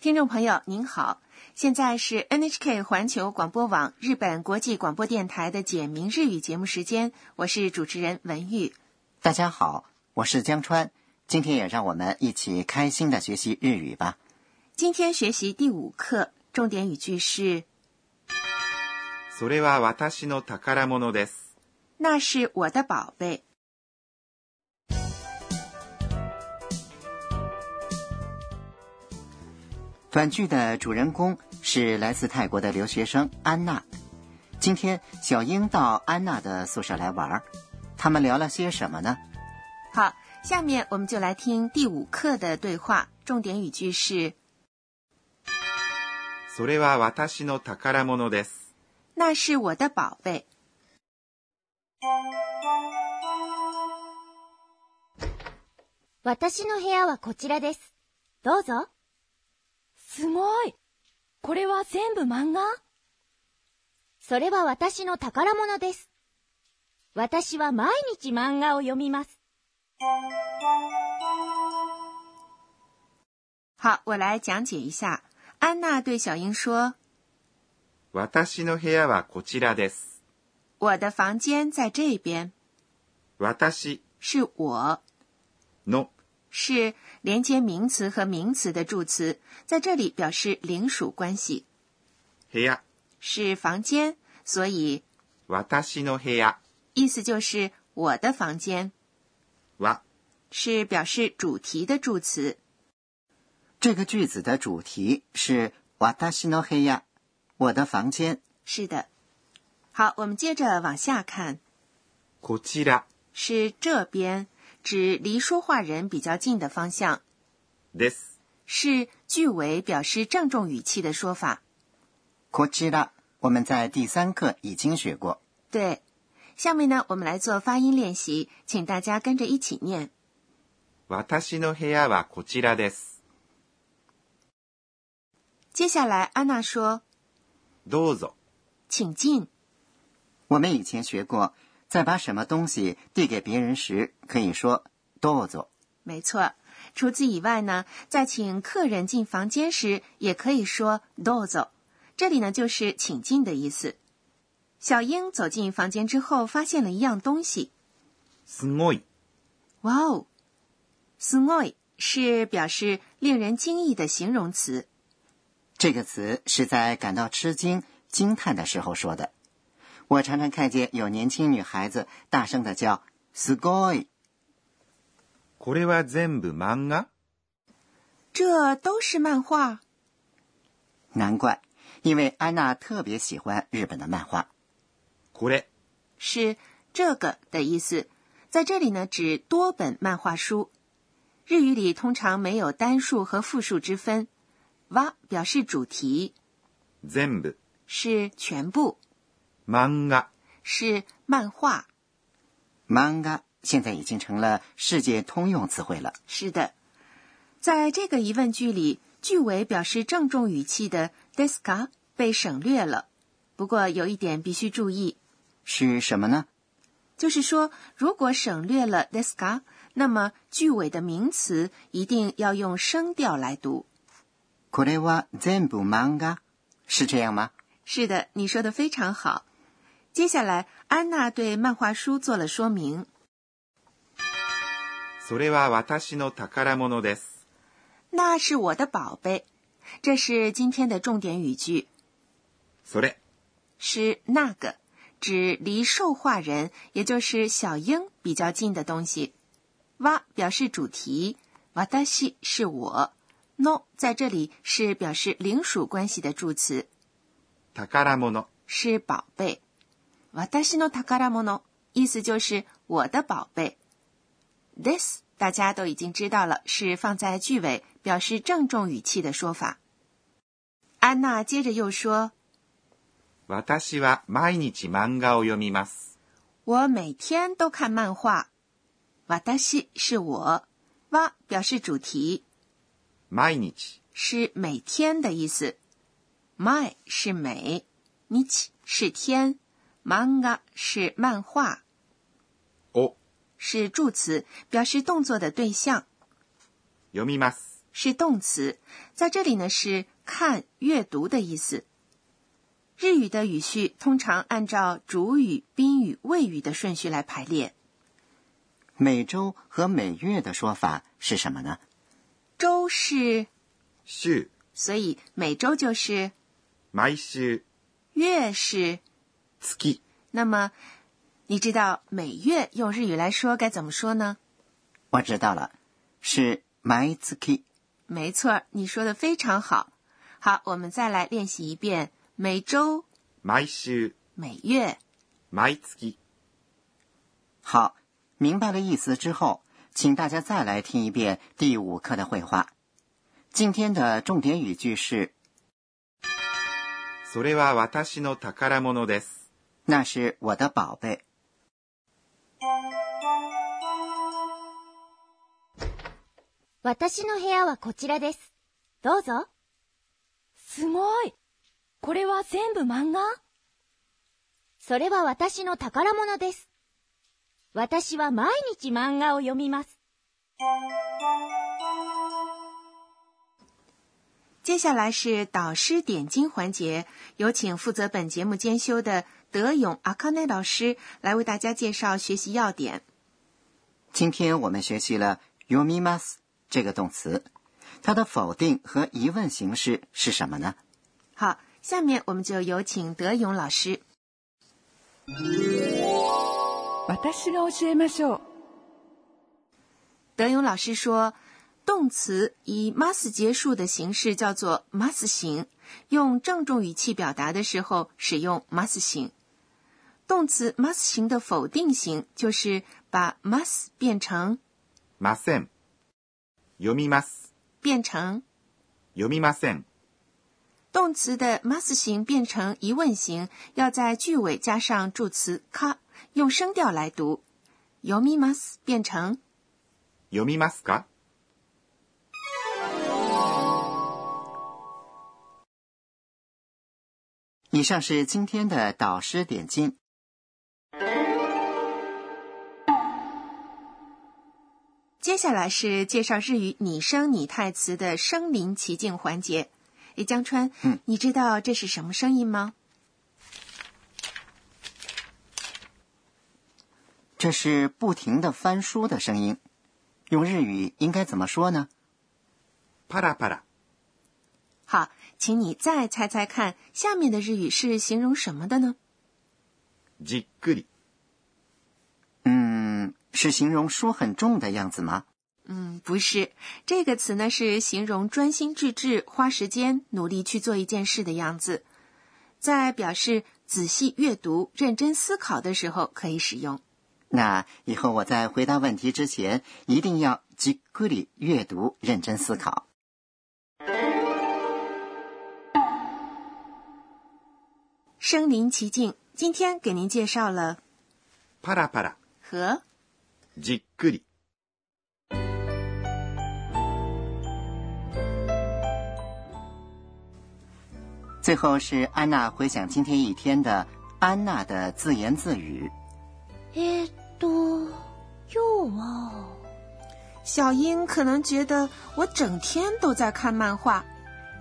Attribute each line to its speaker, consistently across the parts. Speaker 1: 听众朋友您好，现在是 NHK 环球广播网日本国际广播电台的简明日语节目时间，我是主持人文玉。
Speaker 2: 大家好，我是江川，今天也让我们一起开心的学习日语吧。
Speaker 1: 今天学习第五课，重点语句是
Speaker 3: それは私の宝物です。
Speaker 1: “那是我的宝贝
Speaker 2: 短剧的主人公是来自泰国的留学生安娜。今天，小英到安娜的宿舍来玩儿，他们聊了些什么呢？”。
Speaker 1: 好，下面我们就来听第五课的对话，重点语句是
Speaker 3: それは私の宝物です。
Speaker 1: “那是我的宝贝
Speaker 4: 私の部屋はこちらです。どうぞ。
Speaker 5: すごいこれは全部漫画
Speaker 4: それは私の宝物です。私は毎日漫画を読みます。”。
Speaker 1: 好，我来讲解一下。安娜对小英说
Speaker 3: 私の部屋はこちらです。：“
Speaker 1: 我的房间在这边，
Speaker 3: 私
Speaker 1: 是我。”
Speaker 3: の
Speaker 1: 是连接名词和名词的助词，在这里表示领属关系，
Speaker 3: 部屋、
Speaker 1: 是房间，所以
Speaker 3: 私の部屋
Speaker 1: 意思就是我的房间，
Speaker 3: は
Speaker 1: 是表示主题的助词。
Speaker 2: 这个句子的主题是“瓦达西诺黑亚”，我的房间。
Speaker 1: 是的。好，我们接着往下看，
Speaker 3: こちら
Speaker 1: 是这边，指离说话人比较近的方向，
Speaker 3: です。
Speaker 1: 是句尾表示郑重语气的说法。
Speaker 2: こちら，我们在第三课已经学过。
Speaker 1: 对，下面呢，我们来做发音练习，请大家跟着一起念。
Speaker 3: 私の部屋はこちらです。
Speaker 1: 接下来，安娜说
Speaker 3: どうぞ。：“
Speaker 1: 请进。”
Speaker 2: 我们以前学过，在把什么东西递给别人时，可以说“どうぞ
Speaker 1: 没错，除此以外呢，在请客人进房间时，也可以说 “dozo”。这里呢，就是请进的意思。小英走进房间之后，发现了一样东西。
Speaker 3: すごい。
Speaker 1: 哇哦 s u o i 是表示令人惊异的形容词。”。
Speaker 2: 这个词是在感到吃惊、惊叹的时候说的。我常常看见有年轻女孩子大声的叫“すごい
Speaker 3: これは全部漫画
Speaker 1: 这都是漫画。”，
Speaker 2: 难怪，因为安娜特别喜欢日本的漫画。
Speaker 3: これ
Speaker 1: 是这个的意思，在这里呢指多本漫画书。日语里通常没有单数和复数之分。哇表示主题，
Speaker 3: 全部
Speaker 1: 是全部，
Speaker 3: 漫画
Speaker 1: 是漫画。
Speaker 2: manga 现在已经成了世界通用词汇了。
Speaker 1: 是的，在这个疑问句里，句尾表示郑重语气的 “deska” 被省略了。不过有一点必须注意，
Speaker 2: 是什么呢？
Speaker 1: 就是说，如果省略了 “deska”，那么句尾的名词一定要用声调来读。
Speaker 2: これは全部 manga，是这样吗？
Speaker 1: 是的，你说的非常好。接下来，安娜对漫画书做了说明。
Speaker 3: それは私の宝物です。
Speaker 1: 那是我的宝贝，这是今天的重点语句，
Speaker 3: それ
Speaker 1: 是那个，指离受话人，也就是小英比较近的东西。哇表示主题，瓦达西是我，no 在这里是表示领属关系的助词，
Speaker 3: 宝物
Speaker 1: 是宝贝。瓦达西诺塔卡拉莫诺，意思就是我的宝贝。This 大家都已经知道了，是放在句尾表示郑重语气的说法。安娜接着又说
Speaker 3: 私は毎日漫画を読みます。：“
Speaker 1: 我每天都看漫画。”瓦达西是我，哇表示主题，
Speaker 3: 毎日
Speaker 1: 是每天的意思。my 是每，nichi 是天，manga 是漫画。
Speaker 3: を
Speaker 1: 是助词，表示动作的对象。
Speaker 3: 読みます。
Speaker 1: 是动词，在这里呢是看、阅读的意思。日语的语序通常按照主语、宾语、谓语的顺序来排列。
Speaker 2: 每周和每月的说法是什么呢？
Speaker 1: 周是，
Speaker 3: 週、
Speaker 1: 所以每周就是
Speaker 3: 毎週、
Speaker 1: 月是。
Speaker 3: 月、
Speaker 1: 那么，你知道每月用日语来说该怎么说呢？
Speaker 2: 我知道了，是毎月。
Speaker 1: 没错儿，你说的非常好。好，我们再来练习一遍：每周、
Speaker 3: 毎週、
Speaker 1: 每月。
Speaker 3: 毎月。
Speaker 2: 好，明白了意思之后，请大家再来听一遍第五课的绘画。今天的重点语句是
Speaker 3: それは私の宝物です。
Speaker 2: “那是我的宝贝
Speaker 4: 私の部屋はこちらです。どうぞ。
Speaker 5: すごいこれは全部漫画
Speaker 4: それは私の宝物です。私は毎日漫画を読みます。
Speaker 1: 接下来是导师点睛环节，有请负责本节目监修的德勇阿康内老师来为大家介绍学习要点。”。
Speaker 2: 今天我们学习了“読みます”这个动词，它的否定和疑问形式是什么呢？
Speaker 1: 好，下面我们就有请德勇老师。
Speaker 6: 私が教えましょう。
Speaker 1: 德勇老师说，动词以 mas 结束的形式叫做 mas 形，用郑重语气表达的时候使用 mas 形。动词 mas 形的否定形就是把 mas 变成
Speaker 3: ません。読みます。
Speaker 1: 变成
Speaker 3: 読みません。
Speaker 1: 动词的 mas 形变成疑问形，要在句尾加上助词 ka，用声调来读。読みます变成
Speaker 3: 読みますか
Speaker 2: 以上是今天的导师点睛。
Speaker 1: 接下来是介绍日语拟声拟态词的声临其境环节。诶，江川，
Speaker 2: 嗯
Speaker 1: 你知道这是什么声音吗？
Speaker 2: 这是不停的翻书的声音，用日语应该怎么说呢？
Speaker 3: パラパラ。
Speaker 1: 好，请你再猜猜看，下面的日语是形容什么的呢？
Speaker 3: じっくり。
Speaker 2: 嗯，是形容书很重的样子吗？
Speaker 1: 嗯，不是，这个词呢是形容专心致志、花时间、努力去做一件事的样子，在表示仔细阅读、认真思考的时候可以使用。
Speaker 2: 那以后我在回答问题之前，一定要じっくり阅读，认真思考。
Speaker 1: 身临其境，今天给您介绍了
Speaker 3: パラパラ。
Speaker 1: 和。
Speaker 3: じっくり。
Speaker 2: 最后是安娜回想今天一天的安娜的自言自语。
Speaker 4: えっと、今日は、
Speaker 1: 小英可能觉得我整天都在看漫画，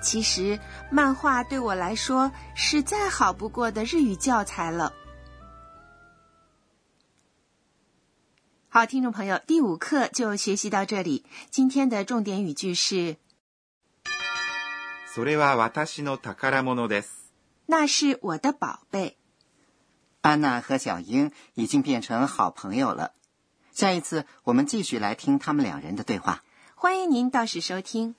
Speaker 1: 其实漫画对我来说是再好不过的日语教材了。好，听众朋友，第五课就学习到这里。今天的重点语句是
Speaker 3: それは私の宝物です。
Speaker 1: “那是我的宝贝
Speaker 2: 安娜和小英已经变成好朋友了。下一次我们继续来听他们两人的对话。”。
Speaker 1: 欢迎您到时收听。